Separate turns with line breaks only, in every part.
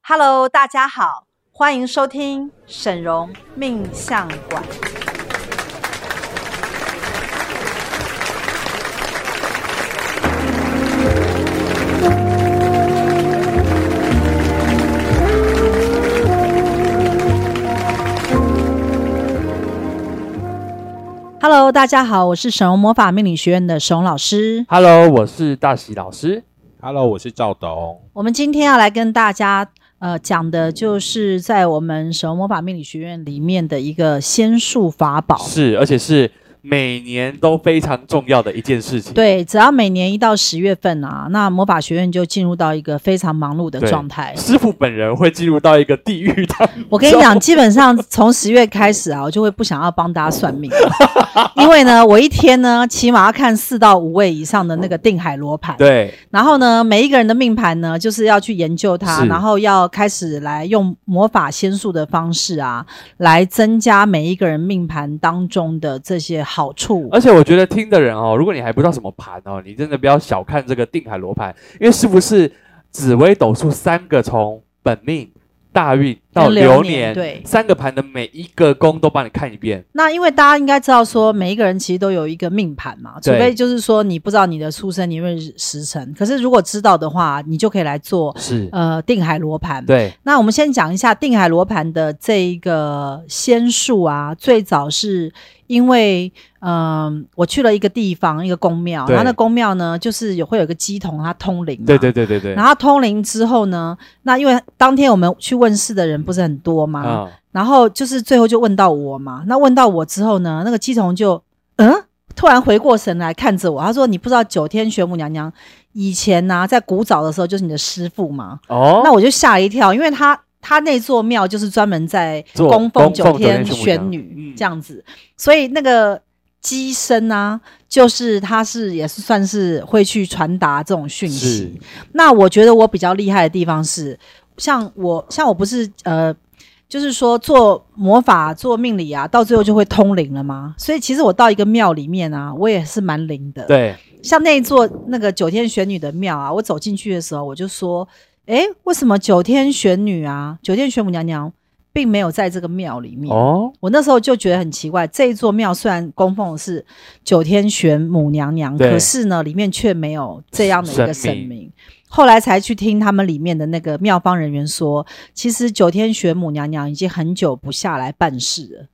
Hello，大家好，欢迎收听沈荣命相馆。Hello，大家好，我是沈荣魔法命理学院的沈荣老师。
Hello，我是大喜老师。
Hello，我是赵董。
我们今天要来跟大家呃讲的就是在我们神魔法命理学院里面的一个仙术法宝。
是，而且是每年都非常重要的一件事情。
对，只要每年一到十月份啊，那魔法学院就进入到一个非常忙碌的
对
状态。
师傅本人会进入到一个地狱当中。
我跟你讲，基本上从十月开始啊，我就会不想要帮大家算命了，因为呢，我一天呢起码要看四到五位以上的那个定海罗盘。
对，
然后呢，每一个人的命盘呢，就是要去研究它，
是
然后要开始来用魔法仙术的方式啊，来增加每一个人命盘当中的这些好处。
而且我觉得听的人哦，如果你还不知道什么盘哦，你真的不要小看这个定海罗盘，因为是不是紫微斗数三个从本命、大运到
跟流
流
年
年，
对
三个盘的每一个宫都帮你看一遍。
那因为大家应该知道说，每一个人其实都有一个命盘嘛，除
对
非就是说你不知道你的出生年月日时辰，可是如果知道的话，你就可以来做
是，
呃定海罗盘。
对，
那我们先讲一下定海罗盘的这一个仙术啊，最早是因为，嗯、我去了一个地方，一个宫庙，
对
然后那宫庙呢，就是有会有一个鸡童，它通灵嘛，
对对对对对。
然后通灵之后呢，那因为当天我们去问事的人不是很多嘛，
啊、
然后就是最后就问到我嘛，那问到我之后呢，那个鸡童就嗯，突然回过神来看着我，他说：“你不知道九天玄母娘娘以前呢、在古早的时候就是你的师傅嘛。”
哦，
那我就吓一跳，因为他他那座庙就是专门在
做
供奉
供
九
奉九
天
天玄武
玄
娘
女
嗯
这样子，所以那个机身啊，就是他是也是算是会去传达这种讯
是
息。那我觉得我比较厉害的地方是，像我像我不是呃。就是说，做魔法、做命理啊，到最后就会通灵了吗？所以其实我到一个庙里面啊，我也是蛮灵的。
对，
像那一座那个九天玄女的庙啊，我走进去的时候，我就说，诶，为什么九天玄女啊，九天玄母娘娘并没有在这个庙里面？
哦，
我那时候就觉得很奇怪，这一座庙虽然供奉的是九天玄母娘娘，
对
可是呢，里面却没有这样的一个神
神
明。
明
后来才去听他们里面的那个庙方人员说，其实九天玄母娘娘已经很久不下来办事了。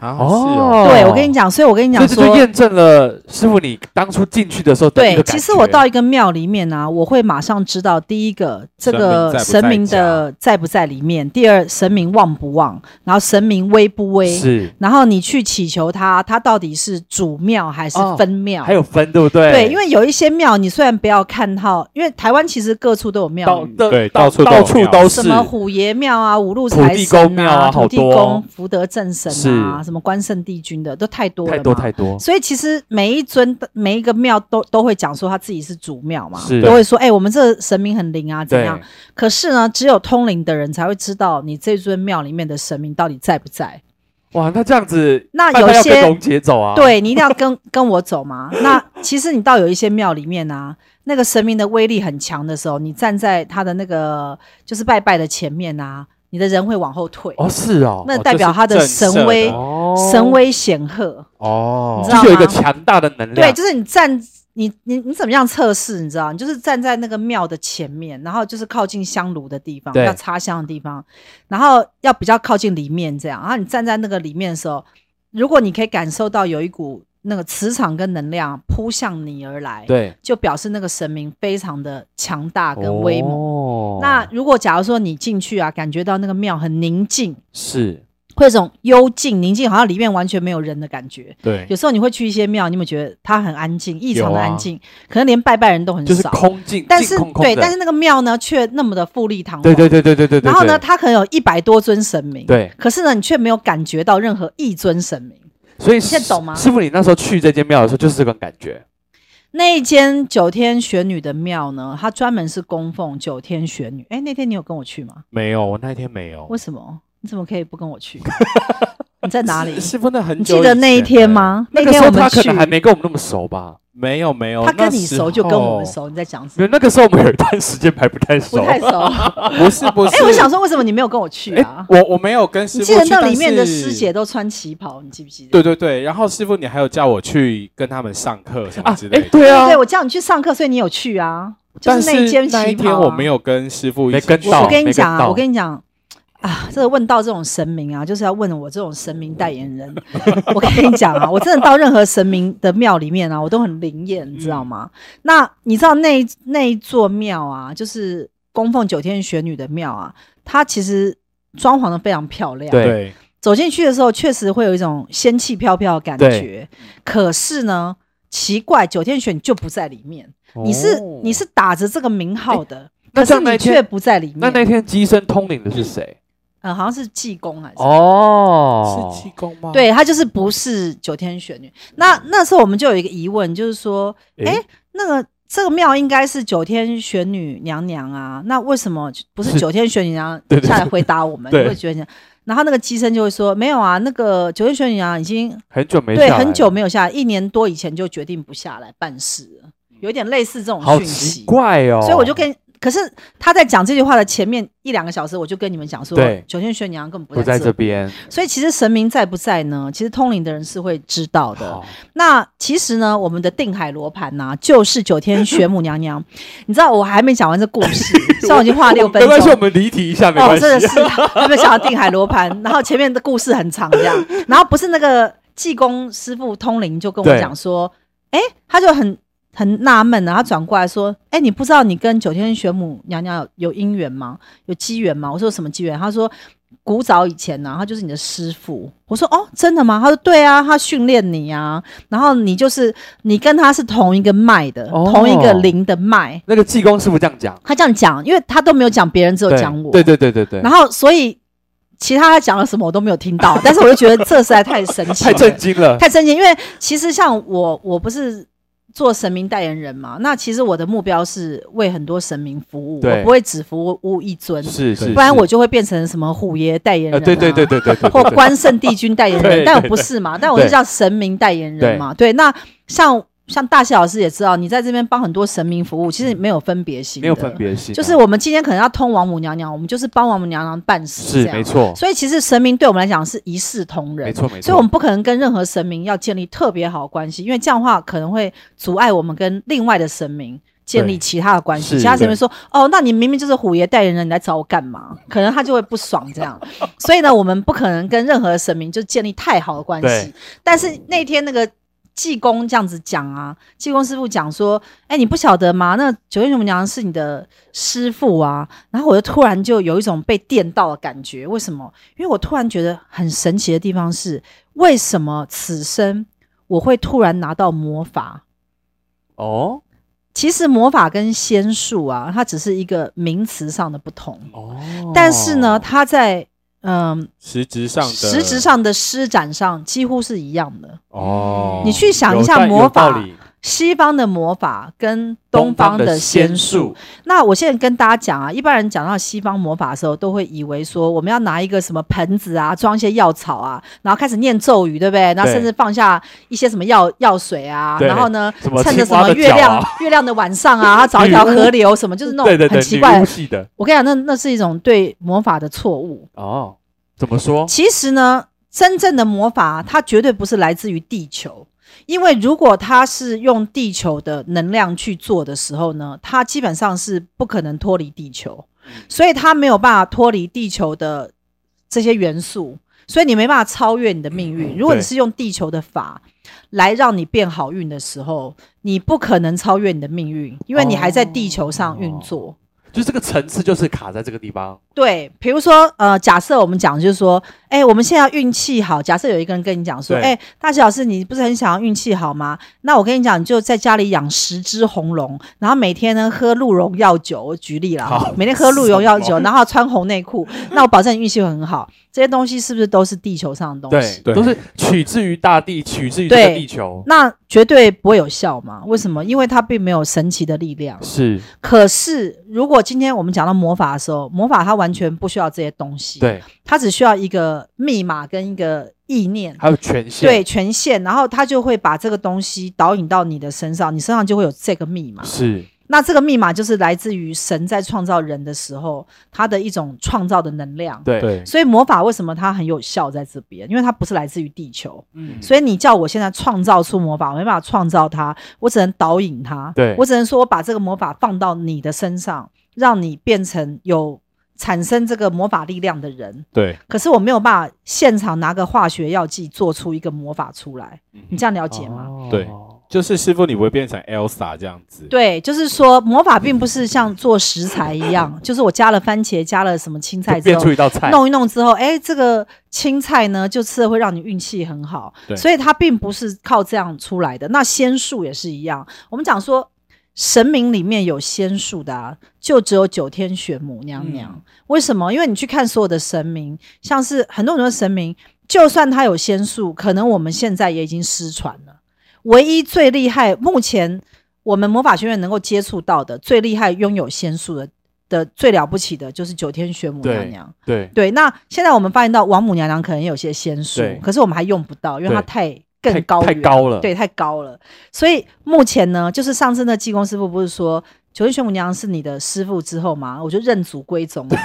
啊
哦
对，我跟你讲，所以我跟你讲
所以这
说，
就验证了师傅你当初进去的时候的一
对
个，感
其实我
觉
到一个庙里面呢、我会马上知道，第一个这个神
神
明
明在不在
的在不在里面，第二神明旺不旺，然后神明威不威，
是
然后你去祈求他，他到底是主庙还是
哦
分庙？
还有分，对不对？
对，因为有一些庙，你虽然不要看到，因为台湾其实各处都有庙
到
宇。
到
对
到
到处都
到
有
处
庙
都
什
是
么虎爷庙啊、五路财
土地
神
公庙啊
土地
好多
公、福德正神啊、
是
什么关圣帝君的，都太多了
太
嘛
多太多，
所以其实每一尊、每一个庙都都会讲说他自己是主庙嘛，
是
都会说，哎、我们这个神明很灵啊，怎
对
样？可是呢，只有通灵的人才会知道你这尊庙里面的神明到底在不在。
哇，那这样子
那
拜拜
有
要
些
跟龙姐走 啊，
对你一定要跟 跟我走嘛。那其实你到有一些庙里面啊，那个神明的威力很强的时候，你站在他的那个就是拜拜的前面啊，你的人会往后退，
哦是哦，
那代表他
哦
的
这是震慑
神威、
的
哦
神威显赫。
哦
你知道
就有一个
吗
强大的能
对，
量，
就是你站，你你你怎么样测试？你知道，你就是站在那个庙的前面，然后就是靠近香炉的地方，
对
要插香的地方，然后要比较靠近里面这样。然后你站在那个里面的时候，如果你可以感受到有一股那个磁场跟能量扑向你而来，
对
就表示那个神明非常的强大
哦
跟威猛。
猛
那如果假如说你进去啊，感觉到那个庙很宁静，
是
会有一种幽静宁静，好像里面完全没有人的感觉。
哎
对，
有时候你会去一些庙，你有没有觉得它很安静，异常的
有啊
安静？可能连拜拜人都很
就是
少。
空境，
但
静
是
空空
对，
的
但是那个庙呢，却那么的富丽堂皇。
对对对对对对对，
然后呢，
对，
它可能有一百多尊神明。。
对，
可是呢，你却没有感觉到任何一尊神明。
所以
现在
师
懂吗
师傅，你那时候去这间庙的时候就是这种感觉，
那一间九天玄女的庙呢，它专门是供奉九天玄女。哎，那天你有跟我去吗？
没有，我那一天没
哦
有
为。什么？你怎么可以不跟我 去？你在哪里？
师傅那很
你
久，
记得那一天？吗？
哎那个
天
时候
我
他
们
可
去
能还没跟我们那么熟吧，
没有没有，
他跟你
那时
熟就跟我们
候，
熟，你在讲什么？
没有那个时候我们有一段时间还不太熟
不，太熟。哎、
不是 不是，
我想说，为什么你没有跟我去啊？
我我没有跟师
你
傅
记
去，
得那里
但
面的
哎是
师姐。都穿旗袍，你记不记得？
对对对，然后师傅你还有叫我去跟他们上课什么
啊
之，
哎
类，的，
对啊
对，，我叫你去上课，所以你有去啊，就
但是
那一间旗袍、
那
啊。
一天我没有跟师傅一
没
起
跟
去
我
到
我跟你讲
没跟
啊，
到
我跟你讲啊，这个问到这种神明啊，就是要问我这种神明代言 人。我跟你讲啊，我真的到任何神明的庙里面啊，我都很灵验，你知道吗？
嗯
那你知道那一那一座庙啊，就是供奉九天玄女的庙啊，它其实装潢的非常漂亮。
对
对，
走进去的时候，确实会有一种仙气飘飘的感觉
对。
可是呢，奇怪，九天玄女就不在里面。你是
哦
你是打着这个名号的，
那
可
这
是
样那
你
一天
却不在里面。
那那天机身通灵的是谁？
呃，好像是济公还是什么、
哦，
哎是气功吗？
对他就是不是九天玄女。那那时候我们就有一个疑问，就是说，
诶
哎、那个这个庙应该是九天玄女娘娘啊，那为什么不是
是
九天玄女娘
对
娘
对
下来回答我们？
对
你会觉得，然后那个机身就会说，没有啊，那个九天玄女娘娘已经
很久没
哎对
下来
很久
了
没有下来，一年多以前就决定不下来办事了，有点类似这种
嗯好
讯
奇
息。
怪哦，
所以我就跟，可是他在讲这句话的前面一两个小时，我就跟你们讲说
对，
九天玄女娘娘根本
不
不在
在
这
这边，
所以其实神明在不在呢？其实通灵的人是会知道的。
好
那其实呢，我们的定海罗盘呐、就是九天玄母娘 娘。你知道我还没讲完这故 事，虽然我已经花了六分钟，
没关系，我们离题一下没
哦，
关系
真。的是还没有想到定海罗盘，然后前面的故事很长这 样，然后不是那个济公师傅通灵就跟我
对
讲说，哎、他就很很纳闷啊，他转过来说，哎、你不知道你跟九天玄母娘娘有有姻缘吗？有机缘吗？我说有什么机缘？他说。古早以前呢、他就是你的师傅。我说哦，真的吗？他说对啊，他训练你啊，然后你就是你跟他是同一个脉的，
哦
同一个灵的脉。
那个济公师傅这样讲，
他这样讲，因为他都没有讲别人，只有
对
讲我。
对对对对对，
然后所以其他他讲了什么我都没有听 到，但是我就觉得这实在太神奇了，
太震惊了，
太神奇，因为其实像我，我不是。做神明代言人嘛，那其实我的目标是为很多神明服务，
对
我不会只服务一尊，
是是，
不然
是
我就会变成什么虎爷代言人、
呃，
啊
对对对对对对，
或
对
关圣帝君代言人，
对
但我
对
不是嘛，但我是
对
叫神明代言人嘛。对，那像像大西老师也知道，你在这边帮很多神明服务，其实没有分别心的，
没有分别心啊，
就是我们今天可能要通王母娘娘，我们就是帮王母娘娘办事，
是
这样
没。错，
所以其实神明对我们来讲是一视同仁，
没。错没错，
所以我们不可能跟任何神明要建立特别好的关系，因为这样的话可能会阻碍我们跟另外的神明建立
对
其他的关系。
是
其他神明说：“哦，那你明明就是虎爷代言人，你来找我干嘛？”可能他就会不爽这样。所以呢，我们不可能跟任何神明就建立太好的关系
对。
但是那天那个济公这样子讲啊，济公师傅讲说：“哎，你不晓得吗？那九天玄母娘娘是你的师傅啊。”然后我就突然就有一种被电到的感觉。为什么？因为我突然觉得很神奇的地方是，为什么此生我会突然拿到魔法？
哦
其实魔法跟仙术啊，它只是一个名词上的不同，
哦，
但是呢，它在嗯、
实质上的
实质上的施展上几乎是一样的。
哦，
你去想一
有
下
道
魔
有道
法，
理
西方的魔法跟东方的仙术。，那我现在跟大家讲啊，一般人讲到西方魔法的时候，都会以为说我们要拿一个什么盆子啊，装一些药草啊，然后开始念咒语，对不对？然后甚至放下一些什么药药水啊，
对
然后呢，
什么
趁着
青
什
蛙
么
的
月
脚
亮、
啊
月亮的晚上啊，他找一条河流什么，就是那
对对
种
对，
很奇怪
女巫
的。
系的
我跟你讲，那那是一种对魔法的错误。
哦，怎么说？
其实呢，真正的魔法它绝对不是来自于地球，因为如果它是用地球的能量去做的时候呢，它基本上是不可能脱离地球，所以它没有办法脱离地球的这些元素，所以你没办法超越你的命运。如果你是用地球的法。来让你变好运的时候，你不可能超越你的命运，因为你还在地球上运作。
就这个层次就是卡在这个地方，
对，比如说，呃，假设我们讲就是说，哎、我们现在要运气好。假设有一个人跟你讲说，
对
哎、大喜老师，你不是很想要运气好吗？那我跟你讲，你就在家里养十只红龙，然后每天呢喝鹿茸药酒，我举例啦
好，
每天喝鹿茸药酒，然后穿红内 裤，那我保证你运气会很好。这些东西是不是都是地球上的东
对
西？，
对
都是取之于大地，取之于这个
对
地球，
那绝对不会有效嘛？为什么？因为它并没有神奇的力量。
是
可是，如果今天我们讲到魔法的时候，魔法它完全不需要这些东西。
对
它只需要一个密码跟一个意念。
还有权限，
对权限，然后他就会把这个东西导引到你的身上，你身上就会有这个密码。
是
那这个密码就是来自于神在创造人的时候，他的一种创造的能量。
对，
对，
所以魔法为什么它很有效在这边？因为它不是来自于地球，
嗯，
所以你叫我现在创造出魔法，我没办法创造它，我只能导引它。
对
我只能说我把这个魔法放到你的身上，让你变成有产生这个魔法力量的人。
对，
可是我没有办法现场拿个化学药剂做出一个魔法出来，你这样了解吗？
哦
对就是师傅，你不会变成 Elsa 这样子。
对，就是说魔法并不是像做食材一样，就是我加了番茄，加了什么青菜
就
之
变
后
出，一道菜，
弄一弄之后，哎，这个青菜呢，就吃了会让你运气很好，
对
所以它并不是靠这样出来的。那仙术也是一样，我们讲说神明里面有仙术的、啊，就只有九天玄母娘娘。
嗯
为什么？因为你去看所有的神明，像是很多很多神明，就算他有仙术，可能我们现在也已经失传了。唯一最厉害，目前我们魔法学院能够接触到的最厉害、拥有仙术的的最了不起的，就是九天玄母娘
对
娘。
对
对，那现在我们发现到王母娘娘可能有些仙术
对，
可是我们还用不到，因为它
对
太更
太
高
太
远
高了，
对，太高了。所以目前呢，就是上次那济公师傅不是说九天玄母娘娘是你的师傅之后嘛，我就认祖归宗 了。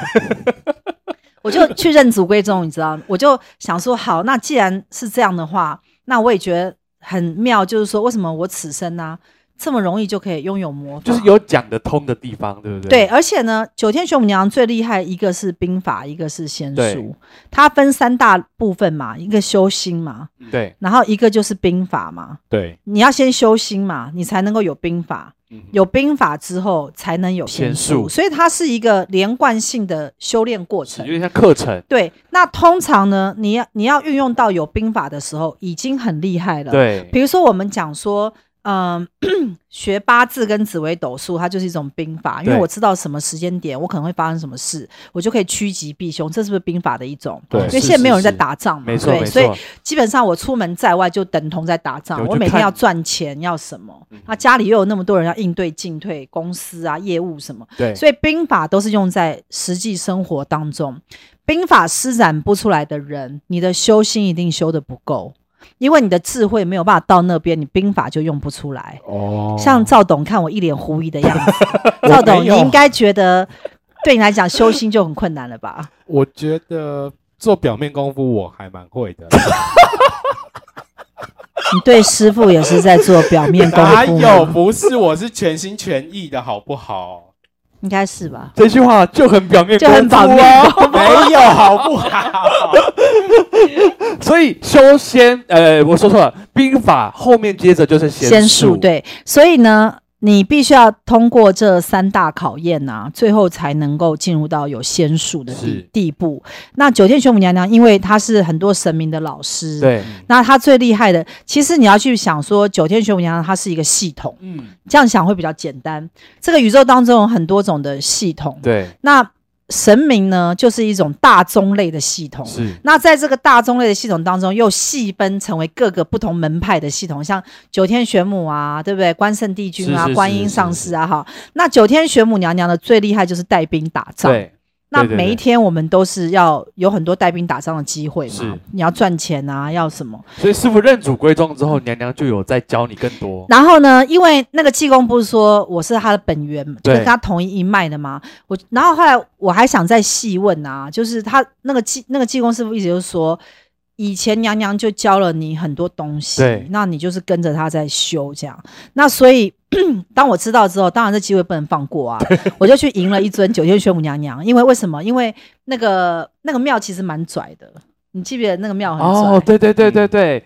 我就去认祖归宗，你知道吗，我就想说，好，那既然是这样的话，那我也觉得很妙，就是说，为什么我此生呢、这么容易就可以拥有魔法？
就是有讲得通的地方，对不对？
对，而且呢，九天玄母娘娘最厉害，一个是兵法，一个是仙
对
术，它分三大部分嘛，一个修心嘛，
对
然后一个就是兵法嘛。
对，
你要先修心嘛，你才能够有兵法，
嗯
有兵法之后才能有仙
仙术
所以它是一个连贯性的修炼过
是
程
有。点像课程，
对，那通常呢，你要你要运用到有兵法的时候，已经很厉害了。
对
比如说我们讲说，嗯、 学八字跟紫微斗数，它就是一种兵法，因为
对
我知道什么时间点我可能会发生什么事，我就可以趋吉避凶，这是不是兵法的一种？
对
因为
是
现在没有人
是
在
是
打仗嘛，
没错
对，
没
所以
错，
基本上我出门在外就等同在打仗，
对我
我
就
每天
看嗯
要赚钱，要什么？那家里又有那么多人要应对进退，公司啊、业务什么，
对，
所以兵法都是用在实际生活当中。兵法施展不出来的人，你的修心一定修的不够，因为你的智慧没有办法到那边，你兵法就用不出来。
哦
像赵董看我一脸狐疑的样 子，
我
赵董，
没
你
有
应该觉得对你来讲修心就很困难了吧？
我觉得做表面功夫我还蛮会的。
你对师傅也是在做表面功
哪
夫
有？
吗，
不是，我是全心全意的好 不好？
应该是吧？
这句话就很表面
就很
功夫
表面
啊，
没有好不好？
所以修仙，呃，我说错了，兵法后面接着就是
仙
术，
术，对，所以呢，你必须要通过这三大考验啊，最后才能够进入到有仙术的
是
地地步。那九天玄母娘娘，因为她是很多神明的老师，，
对，
那她最厉害的，其实你要去想说，九天玄母娘娘她是一个系统，
嗯，
这样想会比较简单。这个宇宙当中有很多种的系统，
对，
那神明呢，就是一种大宗类的系统，
是，
那在这个大宗类的系统当中，又细分成为各个不同门派的系统，像九天玄母啊，对不对？关圣帝君啊，
是是
观音上师啊，哈。那九天玄母娘娘的最厉害就是带兵打仗。
对，
那
对对对
每一天我们都是要有很多带兵打仗的机会嘛
是，
你要赚钱啊，要什么？
所以师傅认祖归宗之后，娘娘就有在教你更多，
然后呢，因为那个济公不是说我是他的本源，就
对
跟他同一脉的嘛。我然后后来我还想再细问啊，就是他那个济那个济公师傅一直就说，以前娘娘就教了你很多东西
对，
那你就是跟着他在修这样。那所以 当我知道之后，当然这机会不能放过啊， 我就去迎了一尊九天玄母娘娘。因为为什么？因为那个那个庙其实蛮拽的，你记不记得那个庙很拽？
哦，对对对对对，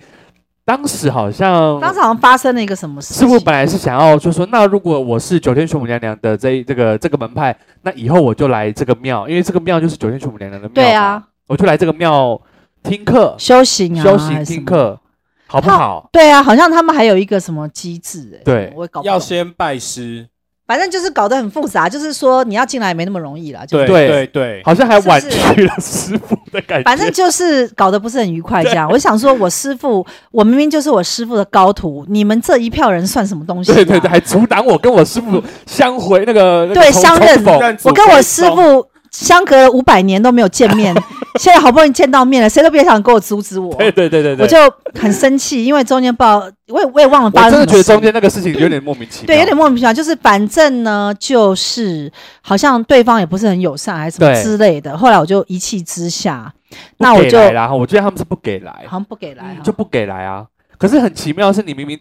当时好像
当时好像发生了一个什么事
师
情？
傅本来是想要就说，那如果我是九天玄母娘娘的这一这个这个门派，那以后我就来这个庙，因为这个庙就是九天玄母娘娘的庙，
对啊，，
我就来这个庙听课、
修行啊，还
修行、
是什
听
么
课，好不
他
好？
对啊，好像他们还有一个什么机制、欸，
对
我也搞不
要
懂。
先拜师，
反正就是搞得很复杂，就是说你要进来也没那么容易啦，就
对
对
对对，
好像还
是不
婉
是
拒了师傅的感觉，
反正就是搞得不是很愉快这样。我想说，我师傅，我明明就是我师傅的高徒，你们这一票人算什么东西、啊？
对对对，还阻挡我跟我师傅相回那个那个
对
重
相认
重逢
认祖
我跟我
归
师
宗
傅相隔了五百年都没有见面，现在好不容易见到面了，谁都别想给我阻止我，
对对对对对，
我就很生气，因为中间不知道，我也我也忘了发
我
生什
真的
么
觉得
事
中间那个事情有点莫名其妙，
对，有点莫名其妙。就是反正呢，就是好像对方也不是很友善，还是什么
对
之类的。后来我就一气之下，
不
那我
给
就
来啦，我觉得他们是不给来
好，像不给来哈，
就不给来啊。可是很奇妙的是，你明明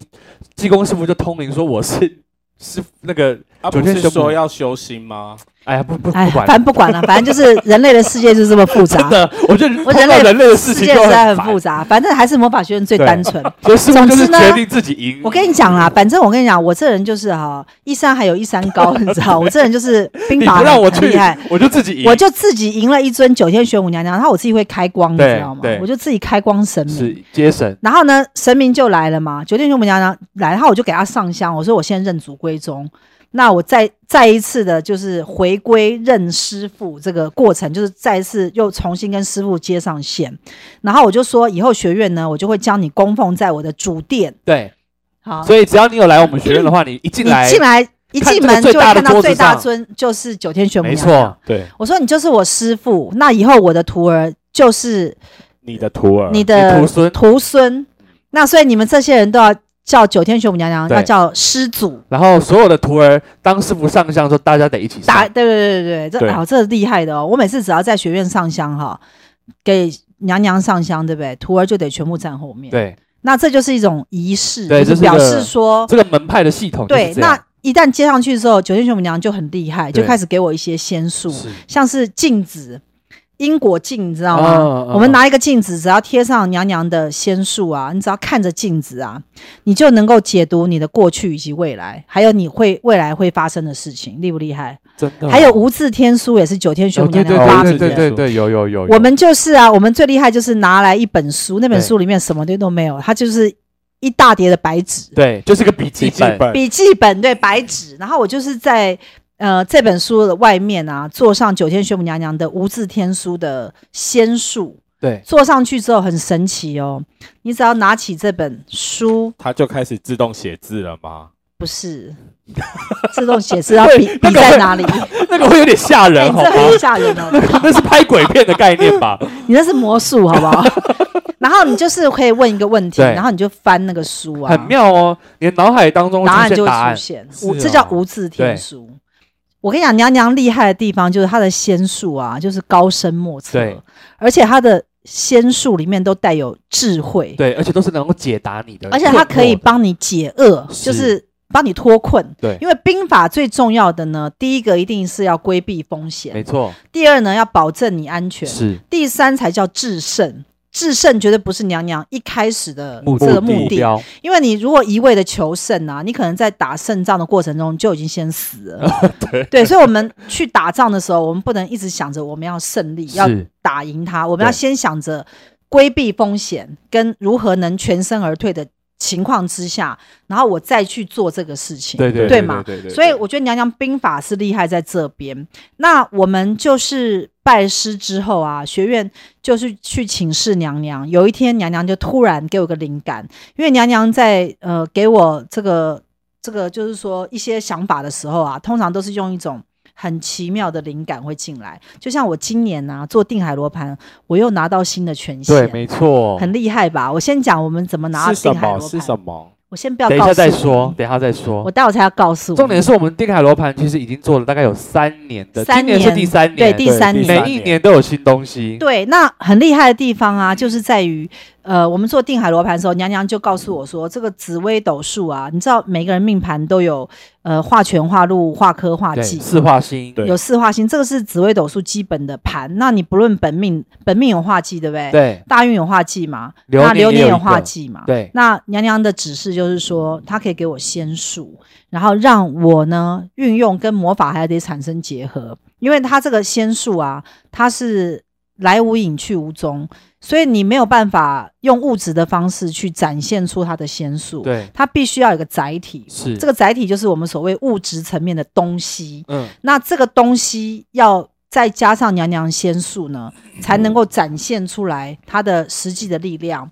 济公师傅就通灵说我是 是那个，
啊，
九
不
天
是
玄母
说要修心吗？
哎呀不不
哎，
不
反
管，
正不管了，反正就是人类的世界就是这么复杂
真。的，我觉得
我
碰
人
到
类
人类的事
世
情
界
就
实在很
烦
复，杂，反正还是魔法学院最
对
单纯。
所以师傅
总
就是
之呢
决定自己赢。
我跟你讲啦，反正我跟你讲，我这人就是哈、一山还有一山高，你知 道，我这人就是兵
你
法
不让我
很很
去
厉害。，
我就自己赢。
我就自己赢了一尊九天玄武娘娘，然后我自己会开光，你
对
知道吗
对？
我就自己开光神明，
是接神，
然后呢，神明就来了嘛，九天玄母娘娘来，然后我就给她上香，我说我先认祖归宗。那我再再一次的，就是回归认师傅这个过程，就是再一次又重新跟师傅接上线。然后我就说，以后学院呢，我就会将你供奉在我的主殿。
对，
好，
所以只要你有来我们学院的话，你一进
你
来，
进来一
看
进
这个
门
最
就会
大的
看到
桌子
最大
上
尊就是九天玄母
没
娘娘。
错，
对，
我说你就是我师傅，那以后我的徒儿就是
你的徒儿，
你
呃你
的
徒孙，
徒孙。那所以你们这些人都要叫九天玄母娘娘，
对
要叫师祖。
然后所有的徒儿当师傅上香的时候，大家得一起上
打对对对对对，
对
这哦这厉害的哦！我每次只要在学院上香哈，给娘娘上香，对不对？徒儿就得全部站后面。，
对，
那这就是一种仪式，
对
就是
这是
表
个
示说，
这个门派的系统就是
对。
这样
那一旦接上去之后，九天玄母娘娘就很厉害，就
对
开始给我一些仙术，
是
像是镜子。因果镜，你知道吗？
哦哦
我们拿一个镜子，只要贴上娘娘的仙术啊，你只要看着镜子啊，你就能够解读你的过去以及未来，还有你会未来会发生的事情，厉不厉害？
真的
还有无字天书也是九天玄
哦
母娘
对对
娘发
对
明
对
的。
对对对，有有有，有
我们就是啊，我们最厉害就是拿来一本书，那本
对
书里面什么东西都没有，它就是一大叠的白纸，
对就是个笔
笔
记
记
本，
本，
笔记本对白纸。然后我就是在呃这本书的外面啊，做上九天玄母娘娘的无字天书的仙术，
对，
做上去之后很神奇哦。你只要拿起这本书，
他就开始自动写字了吗？
不是自动写字，然后笔
那
笔
个会
在哪里？
那个会有点吓
哎，
人，
你
好
这很
吗？
吓人哦。
那是拍鬼片的概念 吧？
你那是魔术，好不 好？然后你就是可以问一个问题，
对
然后你就翻那个书啊，
很妙哦，你的脑海当中会
答案
出
就
现
会
答案
出，现，
是
无、
哦
这叫无字天书。我跟你讲，娘娘厉害的地方就是她的仙术啊，就是高深莫测
对，
而且她的仙术里面都带有智慧，
对，而且都是能够解答你的，
而且她可以帮你解厄，
是
就是帮你脱困。
对
因为兵法最重要的呢，第一个一定是要规避风
没
险，
错，
第二呢要保证你安全，
是
第三才叫制胜。制胜绝对不是娘娘一开始的
目
这个目的，
标，
因为你如果一味的求胜啊，你可能在打胜仗的过程中就已经先死了。 对所以我们去打仗的时候，我们不能一直想着我们要胜利，要
是
打赢他，我们要
对
先想着规避风险跟如何能全身而退的情况之下，然后我再去做这个事情。
对对
对嘛
对对，
所以我觉得娘娘兵法是厉害在这边。那我们就是拜师之后啊，学院就是去请示娘娘。有一天，娘娘就突然给我个灵感，因为娘娘在呃给我这个这个就是说一些想法的时候啊，通常都是用一种。很奇妙的灵感会进来，就像我今年啊做定海罗盘，我又拿到新的权限，
对，没错，
很厉害吧？我先讲我们怎么拿到
是什
定海
么？
罗
是
盘，
什么？
我先不要告
等一
诉
下再
你
说，，等一下再说
我。待会才要告诉你。
重点是我们定海罗盘其实已经做了大概有三年的，
三
今年是
年
第三
对
年，
第三
对第
年
三，
每一年都有新东西。
对，那很厉害的地方啊，就是在于，呃，我们做定海罗盘的时候，娘娘就告诉我说，这个紫微斗数啊，你知道每个人命盘都有，呃，化权、化禄、化科、化
对，
忌，
四化星，
对
有四化星，这个是紫微斗数基本的盘。那你不论本命，本命有化忌，对不对？
对
大运有化忌嘛，
流
那
年
流
也
年
有
有
一
化
个
忌嘛，
对
那娘娘的指示就是说，她可以给我仙术，然后让我呢运用跟魔法还得产生结合，因为她这个仙术啊，它是来无影去无踪，所以你没有办法用物质的方式去展现出她的仙术，
对
它必须要有一个载体，
是
这个载体就是我们所谓物质层面的东西，
嗯
那这个东西要。再加上娘娘仙术呢，才能够展现出来它的实际的力量。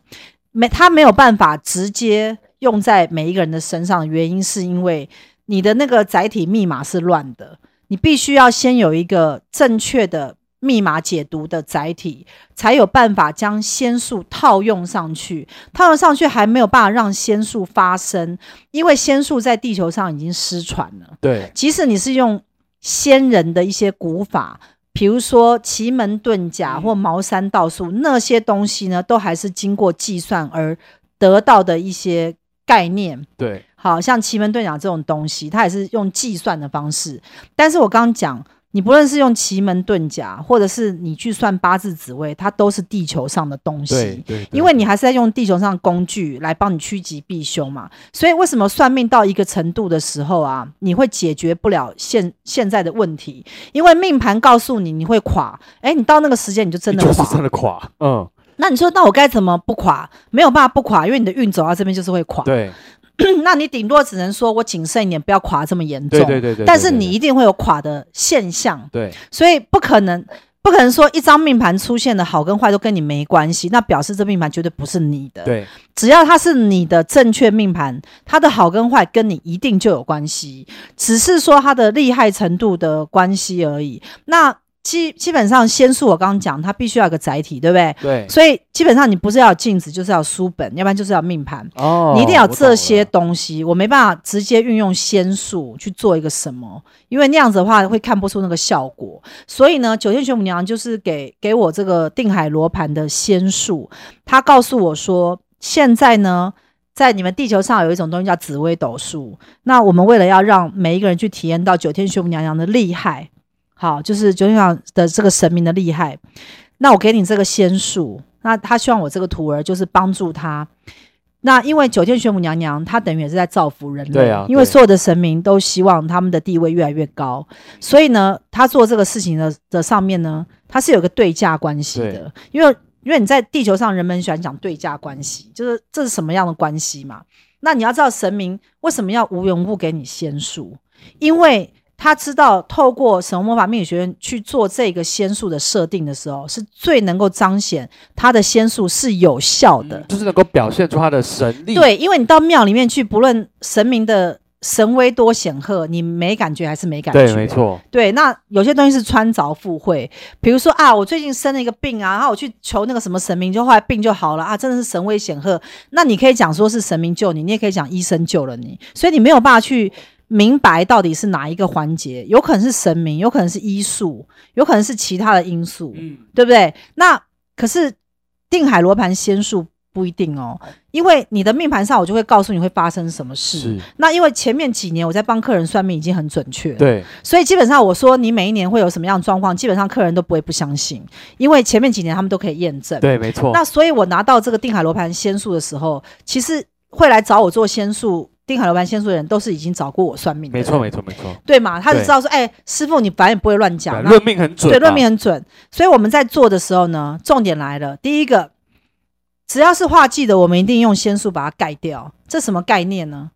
没，它没有办法直接用在每一个人的身上，原因是因为你的那个载体密码是乱的，你必须要先有一个正确的密码解读的载体，才有办法将仙术套用上去。套用上去还没有办法让仙术发生，因为仙术在地球上已经失传了。
对，
即使你是用先人的一些古法，比如说奇门遁甲或茅山道术那些东西呢，都还是经过计算而得到的一些概念。
对，
好像奇门遁甲这种东西，它也是用计算的方式。但是我刚刚讲，你不论是用奇门遁甲，或者是你去算八字紫微，它都是地球上的东
对，
西。
对，
因为你还是在用地球上的工具来帮你趋吉避凶嘛，所以为什么算命到一个程度的时候啊，你会解决不了现现在的问题？因为命盘告诉你你会垮，哎，你到那个时间你就真的
就
垮
是。真的垮，嗯，
那你说，那我该怎么不垮？没有办法不垮，因为你的运走到这边就是会垮。嗯
对，
那你顶多只能说我谨慎一点，不要垮这么严重。
对，对，对，对，
但
对
是
对
你一定会有垮的现象，
对，
所以不可能。不可能说一张命盘出现的好跟坏都跟你没关系，那表示这命盘绝对不是你的。
对，
只要它是你的正确命盘，它的好跟坏跟你一定就有关系，只是说它的厉害程度的关系而已。那基基本上仙术我刚刚讲，它必须要有个载体，对不对？
对，
所以基本上你不是要有镜子，就是要有书本，要不然就是要命盘。
哦，
你一定要有
我懂
这些
了，
东西，我没办法直接运用仙术去做一个什么，因为那样子的话会看不出那个效果。所以呢，九天玄母娘娘就是给给我这个定海罗盘的仙术，她告诉我说，现在呢，在你们地球上有一种东西叫紫微斗数，那我们为了要让每一个人去体验到九天玄母娘娘的厉害，好，就是九天玄母的这个神明的厉害，那我给你这个仙术，那他希望我这个徒儿就是帮助他。那因为九天玄母娘娘，她等于也是在造福人类，
对啊
因为
对
所有的神明都希望他们的地位越来越高，所以呢，他做这个事情的的上面呢，它是有个对价关系的，因为因为你在地球上，人们很喜欢讲对价关系，就是这是什么样的关系嘛？那你要知道神明为什么要无缘无故给你仙术，因为他知道透过神龙魔法命理学院去做这个仙术的设定的时候，是最能够彰显他的仙术是有效的。
嗯就是能够表现出他的神力，，
对，因为你到庙里面去，不论神明的神威多显赫，你没感觉还是没感觉。
对，没错，
对，那有些东西是穿凿附会，比如说啊，我最近生了一个病啊，然后我去求那个什么神明，就后来病就好了啊，真的是神威显赫。那你可以讲说是神明救你，你也可以讲医生救了你，所以你没有办法去明白到底是哪一个环节，有可能是神明，有可能是医术，有可能是其他的因素，
嗯，
对不对？那可是定海罗盘仙术不一定哦，因为你的命盘上我就会告诉你会发生什么事。
是，
那因为前面几年我在帮客人算命已经很准确了，
对，
所以基本上我说你每一年会有什么样的状况，基本上客人都不会不相信，因为前面几年他们都可以验证。
对，没错，
那所以我拿到这个定海罗盘仙术的时候，其实会来找我做仙术定海罗盘仙术的人，都是已经找过我算命的
没
人，
错，没错，没错，
对嘛？他就
对
知道说，哎、师傅你反正也不会乱讲，
对
那
论命很准，啊
对，论命，很准。所以我们在做的时候呢，重点来了，第一个，只要是画技的，我们一定用仙术把它盖掉。这什么概念呢？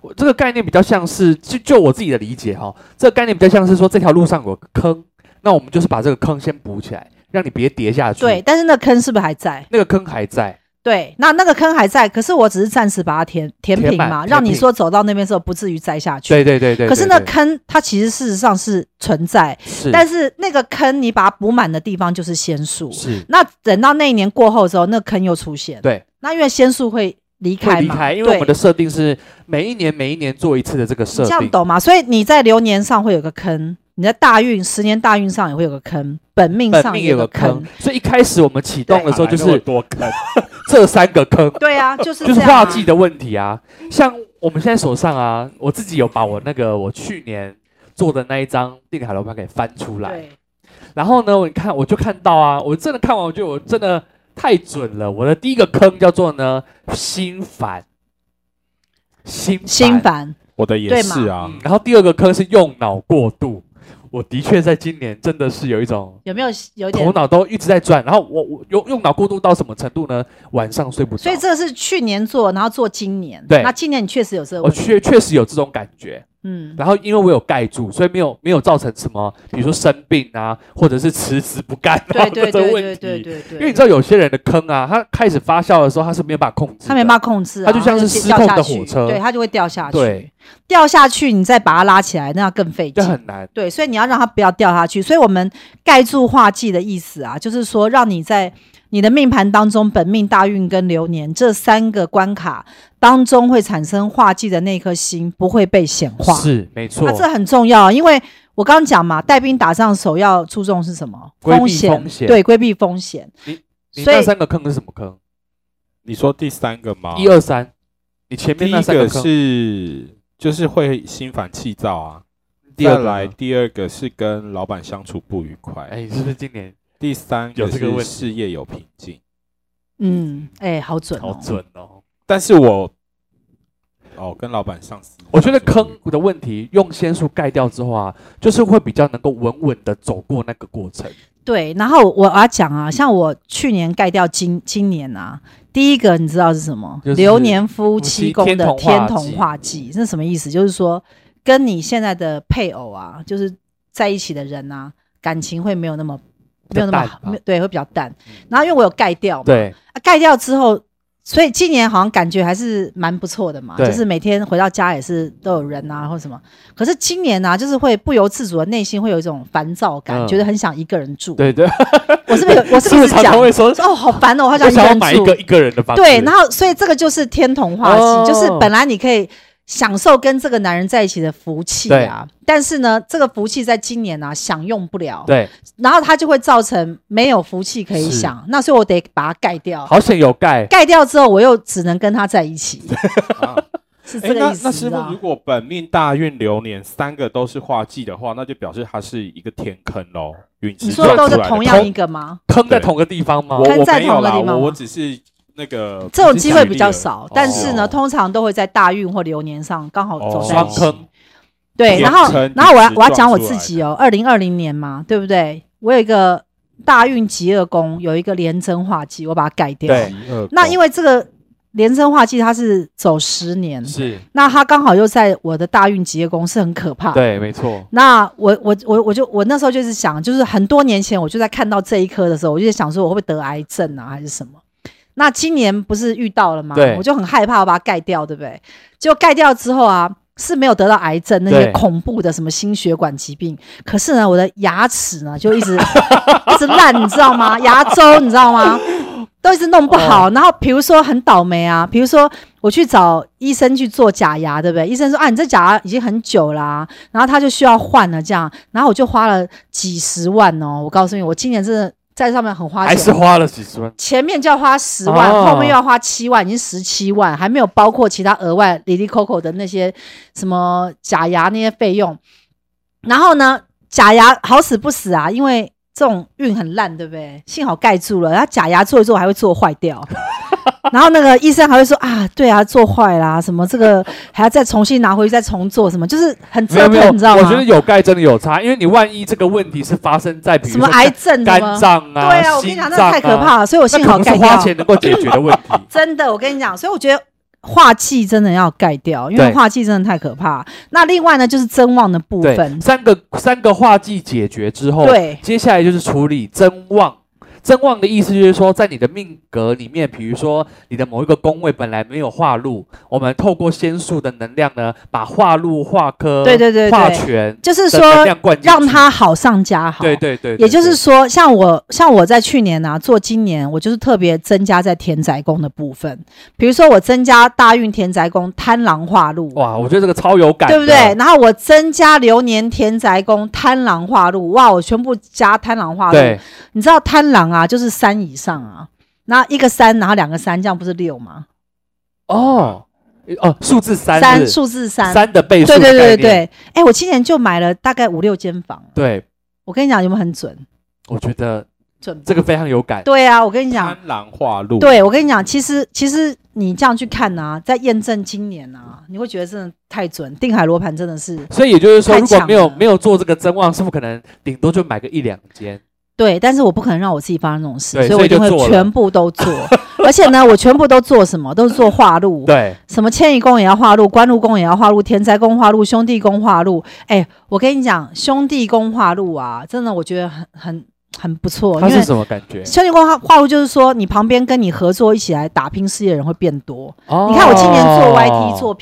我这个概念比较像是，就就我自己的理解哈，这个概念比较像是说这条路上有个坑，那我们就是把这个坑先补起来，让你别跌下去，
对，，但是那坑是不是还在？
那个坑还在，
对，那那个坑还在，可是我只是暂时把它填填
填
平
满
嘛，
填
让你
平
说走到那边的时候不至于栽下去。
对，对，对，对，
可是
对
那
对
坑它其实事实上是存在，
是，
但是那个坑你把它补满的地方就是仙术。
是
那等到那一年过后之后，那坑又出现。
对，
那因为仙术会离
会
开
离
嘛，
开，因为我们
对
的设定是每一年每一年做一次的这个设
你这样
定，
懂吗？所以你在流年上会有个坑，你在大运十年大运上也会有个坑，本命
本
上
命
也
有
个
个坑，所以一开始我们启动的时候就
哪来那么
是
多坑，
这三个坑，
对啊，就是
就
这
是
样啊
画技的问题 啊。像我们现在手上啊，我自己有把我那个我去年做的那一张定海楼盘给翻出来，
对
然后呢，我看我就看到啊，我真的看完，我觉得我真的太准了。我的第一个坑叫做呢心烦，心
心烦，
我的也
对嘛
是啊
嗯，然后第二个坑是用脑过度。我的确在今年真的是有一种
有没有有点
头脑都一直在转，然后我我用用脑过度到什么程度呢？晚上睡不着。
所以这是去年做，然后做今年。
对
那今年你确实有这个
我
问题。
确确实有这种感觉，
嗯，
然后因为我有盖住，所以没有没有造成什么，比如说生病啊，或者是辞职不干啊
对对
这种
对
问
对对
题。
对对，
因为你知道有些人的坑啊，他开始发酵的时候，他是没有办法控制的，
他没办法控制啊、
它就像是失控的
掉下去
火车
对，它就会掉下去。
对，
掉下去，你再把它拉起来，那样更费
这
劲。
很难。
对，所以你要让它不要掉下去。所以我们盖住化忌的意思啊，就是说让你在你的命盘当中，本命、大运跟流年这三个关卡当中会产生化忌的那颗星不会被显化。
是没错
那、，啊这很重要，因为我刚刚讲嘛，带兵打仗首要注重是什么？
规避
险，
风险
对，规避风险。
你
所以
那三个坑是什么坑？
你说第三个吗？
一二三，你前面
第
那
一
三
个
坑，
是就是会心烦气躁啊，
第二
再
个
来
呢，
第二个是跟老板相处不愉快，
哎，你是不是今年
第三
有
个
这个问
是
题
事业有瓶颈。
嗯，哎、好准、哦，
好。准哦？
但是我哦跟老板上司，
我觉得坑的问题用仙术盖掉之后啊，就是会比较能够稳稳的走过那个过程。
对，然后我要讲啊，像我去年盖掉今今年啊，第一个你知道是什么？
就是
流年夫妻宫的
夫妻天
天
同化忌
同化忌，这是什么意思？就是说跟你现在的配偶啊，就是在一起的人啊，感情会没有那么没有那么
比较淡
好
吧嗯
没有对，会比较淡。然后因为我有盖掉嘛，
对，
啊盖掉之后，所以今年好像感觉还是蛮不错的嘛，
对
就是每天回到家也是都有人啊，或什么。可是今年呢、啊，就是会不由自主的内心会有一种烦躁感，
嗯
觉得很想一个人住。
对对，
我是不是 有我是
是
不哦是
不是
一直
常
讲
常会说，
哦，好烦哦， 我好想
我
一个
想要
人
买一
住。
个一个人的房子？
对，然后所以这个就是天同化忌，
哦
就是本来你可以享受跟这个男人在一起的福气啊，但是呢，这个福气在今年啊享用不了，
对，
然后它就会造成没有福气可以
是
享，那所以我得把它盖掉。
好险有盖，
盖掉之后，我又只能跟他在一起，
啊
是
哎，
这个
那
意思
那师
啊
傅，如果本命大运流年三个都是化忌的话，那就表示它是一个天坑喽。陨
你
石
说
撞
的
出
都是
来的
同样一个吗？
坑在同个地方吗
我？
坑
我
在
没
同
有
个
啦，
地方吗
我我只是那个
这种机会比较
只是举例
少，但是呢，
哦
通常都会在大运或流年上刚好走在
双
一起。
坑，
对，
衍
然后
生
然后我要
一直
我要讲我
撞出
自
来
己哦，二零二零年嘛，对不对？我有一个大运极恶宫，有一个廉贞化忌，我把它改掉。
对
而已。极恶
那
狗
因为这个廉贞化忌它是走十年，
是，
那它刚好又在我的大运极恶宫，是很可怕。。
对，没错，
那我我我我就我那时候就是想，就是很多年前我就在看到这一颗的时候，我就在想说我会不会得癌症啊，还是什么？那今年不是遇到了吗
对？
我就很害怕，我把它盖掉，对不对？结果盖掉之后啊，是没有得到癌症那些
对
恐怖的什么心血管疾病，可是呢，我的牙齿呢就一直一直烂，你知道吗？牙周你知道吗？都一直弄不好。然后比如说很倒霉啊，比如说我去找医生去做假牙，对不对？医生说啊，你这假牙已经很久啦、然后他就需要换了这样，然后我就花了几十万哦。我告诉你，我今年真的在上面很花
还是
钱。
花了几十万。
前面就要花十万，
哦
后面又要花七万，已经十七万，还没有包括其他额外里里扣扣的那些什么假牙那些费用。然后呢，假牙好死不死啊，因为这种运很烂，对不对？幸好盖住了，然后假牙做一做还会做坏 掉。然后那个医生还会说啊，对啊，做坏啦，什么这个还要再重新拿回去再重做，什么就是 很
没
折
有没有，
腾，你知道
我
吗？
觉得有盖真的有差，因为你万一这个问题是发生在比
什
如
么
说
癌症什
肝
么，
脏啊，
对啊，我跟你讲，那
心脏啊
太可，怕了，所以我
那
幸好
可不
盖
是
掉
花。钱能够解决的 问题。
真的，我跟你讲，所以我觉得化气真的要盖掉，因为
对
化气真的太可怕。那另外呢，就是增旺的部
对，
分，
三个三个化忌解决之后，
对
接下来就是处理增旺。增旺的意思就是说，在你的命格里面，比如说你的某一个宫位本来没有化禄，我们透过仙术的能量呢，把化禄、化科、
对对对对
哦化权
就是
的能
说
量灌进去
让它好上加好。
对对对，对
也就是说，像我像我在去年啊做今年，我就是特别增加在田宅宫的部分，比如说我增加大运田宅宫贪狼化禄
对，哇，我觉得这个超有感，
对不对？？然后我增加流年田宅宫贪狼化禄，哇，我全部加贪狼化禄，
对，
你知道贪狼啊，就是三以上啊，那一个三，然后两个三，这样不是六吗？
哦哦，数字三
三
是
数字三，
三的倍数
对
的概
对
念，
对对对。哎、我今年就买了大概五六间房，
对，
我跟你讲有没有很准？
我觉得
准吧
这个非常有感，
对啊，我跟你讲，
贪狼化禄，
对我跟你讲，其实其实你这样去看啊，在验证今年啊，你会觉得真的太准，定海罗盘真的是
所以也就是说，
太
如果
强
没有
了
没有做这个增旺，是不是可能顶多就买个一两间？
对，但是我不可能让我自己发生这种事，
对
所以我一定
所以
会
就做了
全部都做。而且呢，我全部都做什么？都是做化禄，
对，
什么迁移宫也要化禄，官禄宫也要化禄，田宅宫化禄，兄弟宫化禄。哎，我跟你讲，兄弟宫化禄啊，真的我觉得很很很不错，
它
因
是
为
什么感觉？
兄弟宫化化禄就是说，你旁边跟你合作一起来打拼事业的人会变多。
哦
你看我今年做 YT 做
哎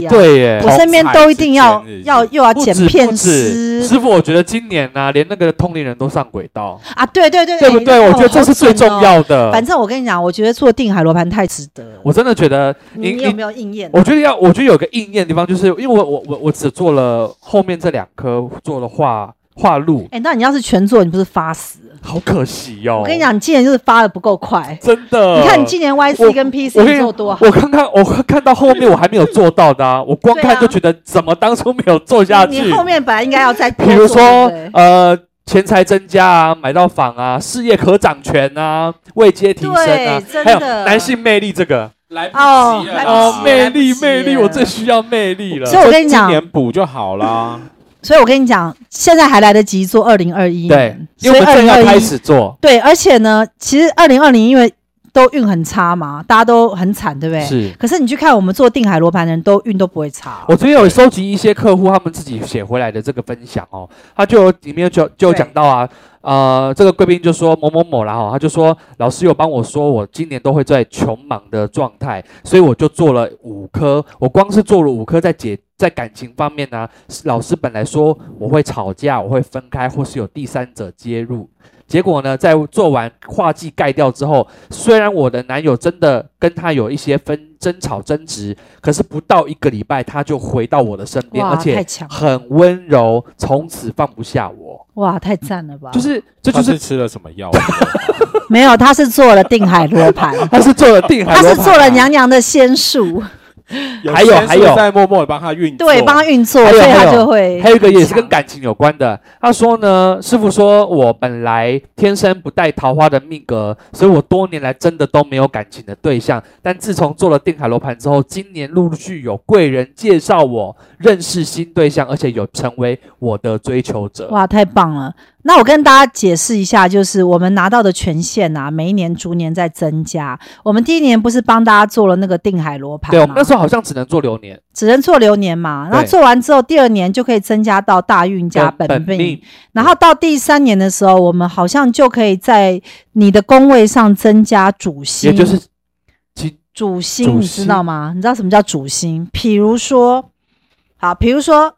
PC 啊，
对耶
我，身边都一定要
同才之间
要又要
哦不
剪
止不
片
止，
师
师傅，我觉得今年呢，连那个通灵人都上轨道，
啊，对对对，
对不
哎
对？
哦
我觉得这
好
是最
准
重
哦
要的。
反正我跟你讲，我觉得做定海罗盘太值得了。
我真的觉得
你
你
你
你
有没有应验？
我觉得要，我觉得有个应验的地方，就是因为我我我我只做了后面这两科做了画画路，
哎、那你要是全做，你不是发死了？
好可惜哟、
我跟你，讲，你今年就是发的不够快。
真的，
你看你今年 YC 跟
呃我
PC
跟
你
你
做多好，
我看看我看到后面我还没有做到 的、啊，我光
对啊
看就觉得怎么当初没有做下
啊你
去。
你后面本来应该要再多
比如
做对
说
不对
呃，钱财增加啊，买到房啊，事业可掌权啊，位阶提升啊
对真，
还有
的
男性魅力这个
来不
哦
及了
来不及
哦，魅力
来不及
魅力，
了
我最需要魅力了
所。以我跟你
今
讲，
年补就好啦。
所以我跟你讲，现在还来得及做二零二一
对
年，，
因
所
为
以
我们
二
正
零
要
二
开
一
始做，
对，而且呢，其实二零二零因为都运很差嘛，大家都很惨，对不对？
是。
可是你去看我们做定海罗盘的人都运都不会差，
我昨天有收集一些客户他们自己写回来的这个分享哦，他就有里面就就有讲到啊，呃，这个贵宾就说某某某啦哈、他就说老师有帮我说我今年都会在穷忙的状态，所以我就做了五科，我光是做了五科在解在感情方面呢、啊老师本来说我会吵架，我会分开，或是有第三者介入。结果呢，在做完跨季盖掉之后，虽然我的男友真的跟他有一些分争吵争执，可是不到一个礼拜他就回到我的身边，
哇，
而
太
且
强了，
很温柔，从此放不下我。
哇，太赞了吧！
就是，这就
他
是
是吃了什么 药？
没有，他是做了定海罗盘，
他是做了定海
他
罗
是
盘啊
做了娘娘的仙术，
还有
先生
还有
在默默的帮他运作
对，帮他运作，
还有
所以
还
他
有
就会
还有一个也是跟
很强
感情有关的。他说呢，师傅说我本来天生不带桃花的命格，所以我多年来真的都没有感情的对象。但自从做了定海罗盘之后，今年陆续有贵人介绍我认识新对象，而且有成为我的追求者。
哇，太棒了！那我跟大家解释一下，就是我们拿到的权限啊，每一年逐年在增加。我们第一年不是帮大家做了那个定海罗盘
对，
吗？
我们那时候好像只能做流年，
只能做流年嘛。那
对
做完之后，第二年就可以增加到大运加
跟
本
本
命，然后到第三年的时候，我们好像就可以在你的宫位上增加主星，
也就是其
主星，
主
你
星
知道吗？你知道什么叫主星？比如说，好，比如说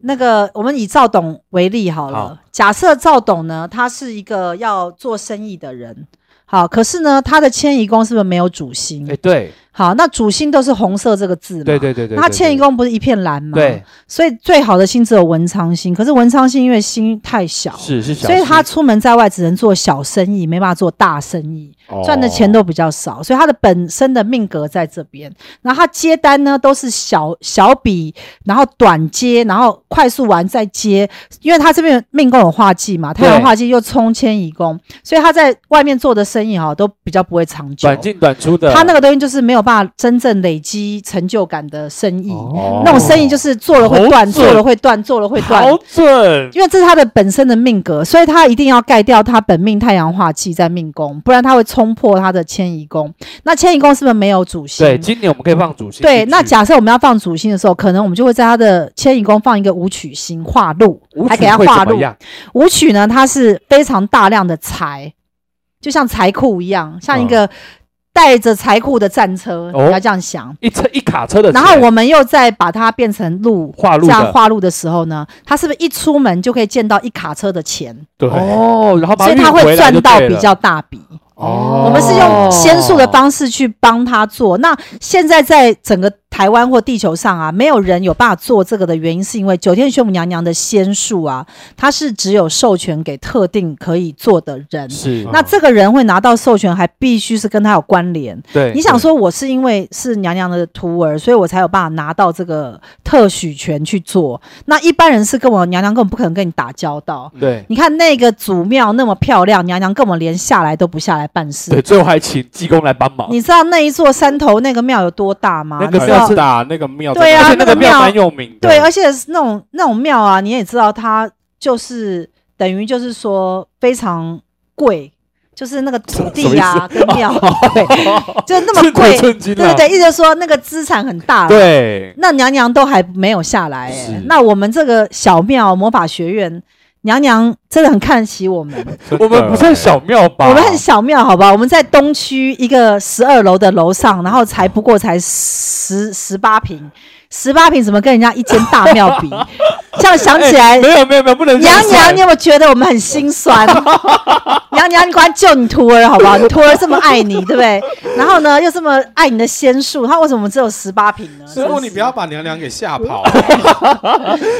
那个，我们以赵董为例好了。
好
假设赵董呢，他是一个要做生意的人，好，可是呢，他的迁移宫是不是没有主星？
哎、对
好，那主星都是红色这个字嘛？
对对对对，
那他迁移
个
宫不是一片蓝吗？
对，
所以最好的星只有文昌星，可是文昌星因为星太小，
是是小
所
心，
以他出门在外只能做小生意，没办法做大生意。
哦
哦
赚的钱
都
都比较少，所以他的本身的命格在这边。然后他接单呢都是小小笔，然后短接，然后快速完再接，因为他这边命宫有化忌嘛，太阳化忌又冲迁移宫，所以他在外面做的生意哈都比较不会长久。
短进短出的，
他那个东西就是没有办法真正累积成就感的生意，
哦
那种生意就是做了会断，
好准
做了会断，做了会断，
好准，
因为这是他的本身的命格，所以他一定要盖掉他本命太阳化气在命宫，不然他会冲破他的迁移宫。那迁移宫是不是没有主星？
对，今年我们可以放主星进去，
对那假设我们要放主星的时候，可能我们就会在他的迁移宫放一个武曲星化禄
舞，
还
曲
给他
会
化
怎么
禄。
样
武曲呢，它是非常大量的财，就像财库一样，像一个带着财库的战车，
哦
你要这样想。
一车一卡车的钱，
然后我们又再把它变成路，
化路
这样
的
化路的时候呢，他是不是一出门就可以见到一卡车的钱？
对，
哦，然后把
所以
它
他
运回
会
来
赚
就
到
对
比
了
较大笔。
哦，
我们是用仙术的方式去帮他做。那现在在整个台湾或地球上啊，没有人有办法做这个的原因，是因为九天玄母娘娘的仙术啊，它是只有授权给特定可以做的人。
是
那这个人会拿到授权，还必须是跟他有关联。
对
你想说，我是因为是娘娘的徒儿，所以我才有办法拿到这个特许权去做。那一般人是跟我娘娘根本不可能跟你打交道，
对
你看那个祖庙那么漂亮，娘娘根本连下来都不下来办
对，
事。
最后还请济公来帮忙，
你知道那一座山头那个庙有多大吗？
那
你
个
知
很
庙
道
是
大那个庙，
对啊
而且
那
那
个
个庙
庙
蛮有名的，
对，而且是那种那种庙啊，你也知道它就是等于就是说非常贵，就是那个土
什么
地
意思
呀、跟庙，对，就那么
寸
贵
土，寸金
对对
啊，
对，一直说那个资产很大，
对，
那娘娘都还没有下来、
是
欸，那我们这个小庙魔法学院，娘娘真的很看得起我们，
我们不算小庙吧？
我们很小庙，好吧？我们在东区一个十二楼的楼上，然后才不过才十十八平，十八平怎么跟人家一间大庙 比？这样想起来
哎，没有没有没有，不能这样
娘娘，
算
你有没有觉得我们很心 酸？娘娘，你快救你徒儿好不好？你徒儿这么爱你，对不对？然后呢，又这么爱你的仙术，他为什么我们只有十八平呢？
师傅，你不要把娘娘给吓跑。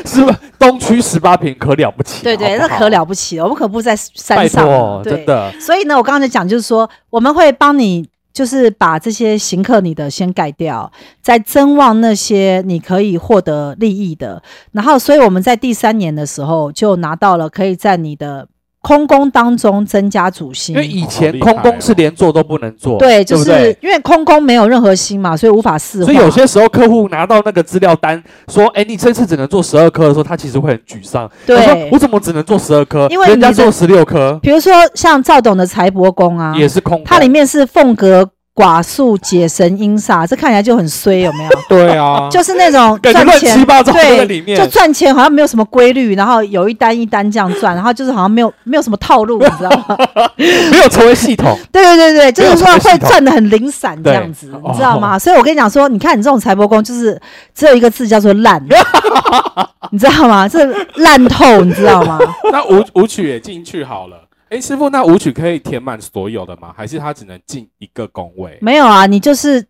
是吧？东区十八平可了不起，
对对，
好
那
不好
可了不起了，我们可不在山
拜
上
托
啊，，对
真。的
所以呢，我刚刚就讲，就是说我们会帮你，就是把这些行克你的先盖掉，再增旺那些你可以获得利益的。然后，所以我们在第三年的时候就拿到了可以在你的空宫当中增加主星
因。为以前
好厉害
空
哦
宫是连做都不能做，
对，就
不
是因为空宫没有任何星嘛，所以无法四化。
所以有些时候客户拿到那个资料单，说：“哎，你这次只能做十二颗”的时候，他其实会很沮丧。
对
他说我怎么只能做十二颗？
因为
人家
你的
做十六颗
比如说像赵董的财帛宫啊，
也是空宫，
它里面是凤格寡宿解神阴煞，这看起来就很衰，有没有？
对啊，
就是那种
感觉
赚
乱
钱
七八糟都在
对，
里面
就。赚钱好像没有什么规律，然后有一单一单这样赚，然后就是好像没有没有什么套路，你知道 吗？
没有成为 系统，
对对对对，就
没有
是说
什么哦
会
系统
赚的很零散这样子，你知道吗？所以我跟你讲说，你看你这种财帛宫就是只有一个字叫做 烂，你知道吗？这烂透，你知道 吗？
那舞舞曲也进去好了。哎，师傅，那舞曲可以填满所有的吗？还是他只能进一个宫位？
没有啊，你就是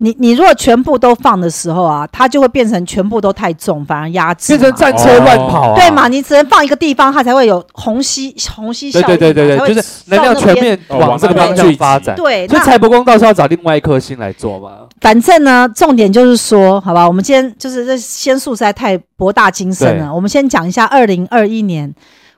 你你如果全部都放的时候啊，它就会变成全部都太重，反而压制
变
嘛。
成战车乱跑啊！
对嘛？？你只能放一个地方，它才会有虹吸虹吸效应
对
嘛，
对对对
才会
对，就是能量
照那
全
边
面往这个方向发展。
对，
所以
那
财帛宫倒是要找另外一颗星来做嘛。
反正呢，重点就是说，好吧，我们今天就是这仙术实在太博大精深了。我们先讲一下二零二一年，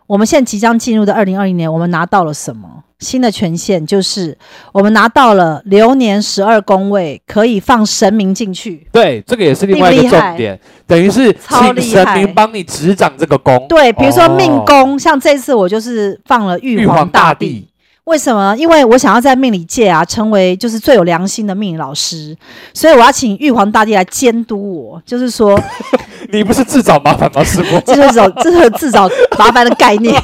我们现在即将进入的二零二一年，我们拿到了什么新的权限？就是我们拿到了流年十二宫位，可以放神明进去。
对，这个也是另外一个重点，等于是
超
请
厉
神
害
明帮你执掌这个宫。
对，比如说
哦
命宫，像这次我就是放了玉皇大帝。
帝，
为什么？因为我想要在命理界啊，成为就是最有良心的命理老师，所以我要请玉皇大帝来监督我，就是说，
你不是自找麻烦吗，师傅？
这就是一种这是自找麻烦的概念。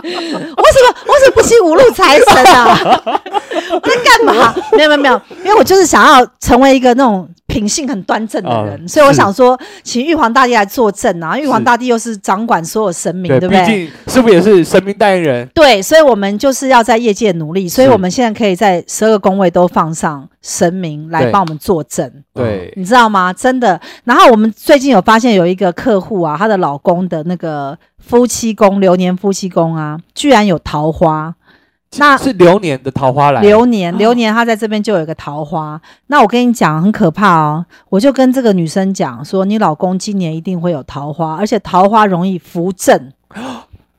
我什么我什么不惜五路财神啊？ 我在干嘛？没有没有没有，因为我就是想要成为一个那种品性很端正的人，
啊
所以我
是
想说，请玉皇大帝来作证啊！玉皇
是
大帝又是掌管所有神明， 对不
毕
对？
竟师傅也是神明代言人，
对，所以我们就是要在业界努力，所以
是
我们现在可以在十二个宫位都放上神明来
对
帮我们作证，
对，
你知道吗？真的。然后我们最近有发现有一个客户啊，她的老公的那个夫妻宫流年夫妻宫啊，居然有桃花。那
是流年的桃花来。
啊流年，流年，她在这边就有一个桃花。那我跟你讲，很可怕哦。我就跟这个女生讲说，你老公今年一定会有桃花，而且桃花容易扶正。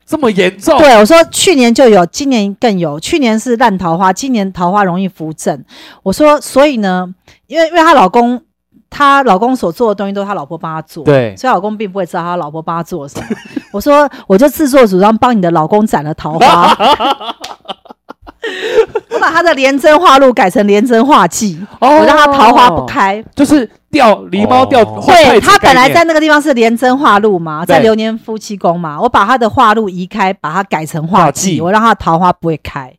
这么严重？
对，我说去年就有，今年更有。去年是烂桃花，今年桃花容易扶正。我说，所以呢，因为因为她老公，她老公所做的东西都是她老婆帮他做，
对
所以她老公并不会知道她老婆帮他做什么。 我说，我就自作主张帮你的老公斩了桃花。我把他的连针化露改成连针化剂，
哦
我让他桃花不，开。
就是掉狸猫掉
哦
换太
对
子
他
概
本来
念
在那个地方是连针化路嘛，在
对
流年夫妻宫嘛，我把他的化路移开，把它改成
化
化
忌
忌，我让他的桃花不会开，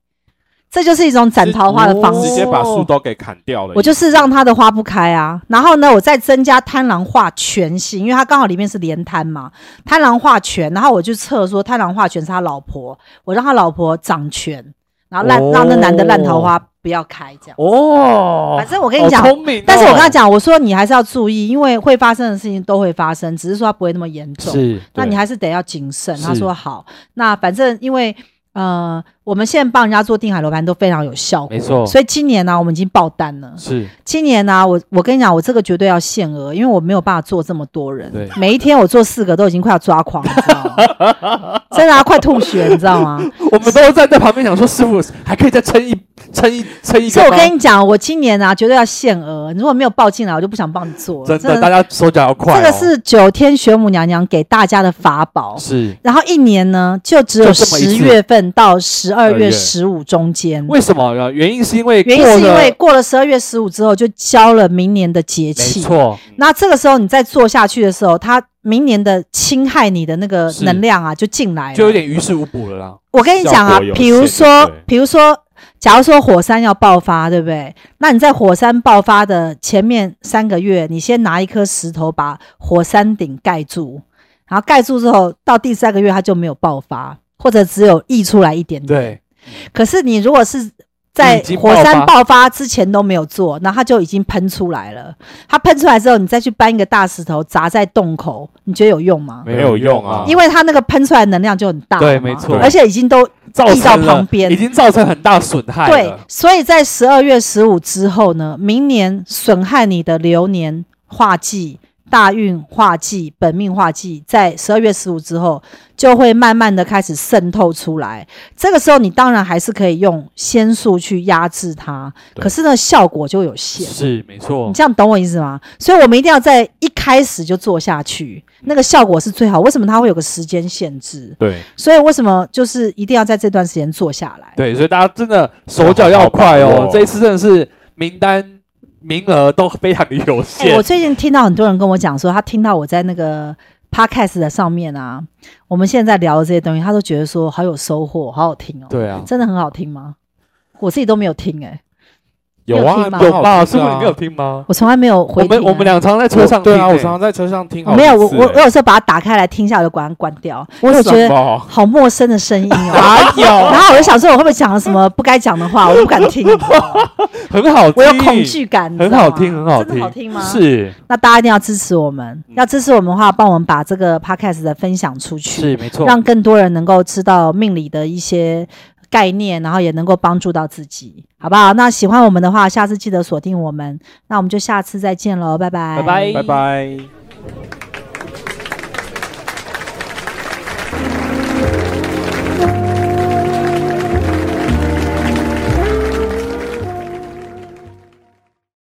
这就是一种斩桃花的方
哦
嗯直
式。
接把树都给砍掉了。
我就是让他的花不开啊，然后呢，我再增加贪狼化权星，因为他刚好里面是连贪嘛，贪狼化权，然后我就测说贪狼化权是他老婆，我让他老婆掌权，然后烂、
哦
让那男的烂桃花不要开这样。
哦。
反正我跟你讲
好，聪明哦
但是我跟他讲，我说你还是要注意，因为会发生的事情都会发生，只是说它不会那么严重。
是，
那
对
你还是得要谨慎。他
是
说好，那反正因为呃，我们现在帮人家做定海楼盘都非常有效果
没。错，
所以今年呢、我们已经爆单了。
是
今年呢、我我跟你讲，我这个绝对要限额，因为我没有办法做这么多人
对。
每一天我做四个，都已经快要抓狂，你知道吗？ 真的、啊、快吐血，你知道吗？
我们都站在旁边想说，师傅还可以再撑一撑一 撑一个
所以
吗。
我跟你讲，我今年啊，绝对要限额。如果没有报进来，我就不想帮你做了。
真的，大家手脚要快哦。
这个是九天玄母娘娘给大家的法宝。
是
然后一年呢，就只有
就这么一
十
次
月份到十二
二
月
月
十五中间。
为什么呢？原因是因为
原因
过
是因
了
为过了十二月十五之后就交了明年的节
没
气，
错，
那这个时候你再做下去的时候，它明年的侵害你的那个
是
能量啊就进来了，
就有点于事无补了啦。
我跟你讲
效
啊
果有，
比如
限
说
对，
比如说，假如说火山要爆发，对不对？那你在火山爆发的前面三个月，你先拿一颗石头把火山顶盖住，然后盖住之后，到第三个月它就没有爆发，或者只有溢出来一点点。
对，
可是你如果是在
已经
火
爆
山
发
爆发之前都没有做，那它就已经喷出来了。它喷出来之后，你再去搬一个大石头砸在洞口，你觉得有用吗？
没有用啊
因为它那个喷出来的能量就很大了嘛，
对没错
而且已经都
造
地到
成了
旁边
已经造成很大损害
对
了。，
所以在十二月十五之后呢，明年损害你的流年化忌、大运化忌、本命化忌，在十二月十五之后就会慢慢的开始渗透出来。这个时候，你当然还是可以用仙术去压制它，
对
可是呢，效果就有限。
是没错
你，这样懂我意思吗？所以我们一定要在一开始就做下去，那个效果是最好。为什么它会有个时间限制？
对，
所以为什么就是一定要在这段时间做下来？
对，所以大家真的手脚要快
好好把
哦
握。
这一次真的是名单名额都非常的有
哎、
限
我，最近听到很多人跟我讲说，他听到我在那个 podcast 的上面啊，我们现在聊的这些东西，他都觉得说好有收获，好好听哦。，
对啊，
真的很好听吗？我自己都没有听哎、
有
有
啊，
听吗
蛮
有
好
吧？
听
师
的
傅，
啊
你没有听吗？
我从来没有回
我
听啊、
们我们俩常常在车上听
对
欸，
啊，我常常在车上听好
我
几
没
次欸，
有，我我
哎
我有时候把它打开来听一下，我就把它关掉，因为
为
我
什
觉得
么？
好陌生的声音 哦。
哪
然
有？
后我就想说，我会不会讲了什么不该讲的话，我就不敢 听，你知道吗
很好听，
我有恐惧感，你知
很
道
好
吗
听，很好
真的好听
听
吗？
是嗯
那大家一定要支持我们，要支持我们的话，帮我们把这个 podcast 的分享出去，
是没错，
让更多人能够知道命理的一些概念，然后也能够帮助到自己，好不好？那喜欢我们的话，下次记得锁定我们，那我们就下次再见喽，拜拜，
拜拜
拜拜。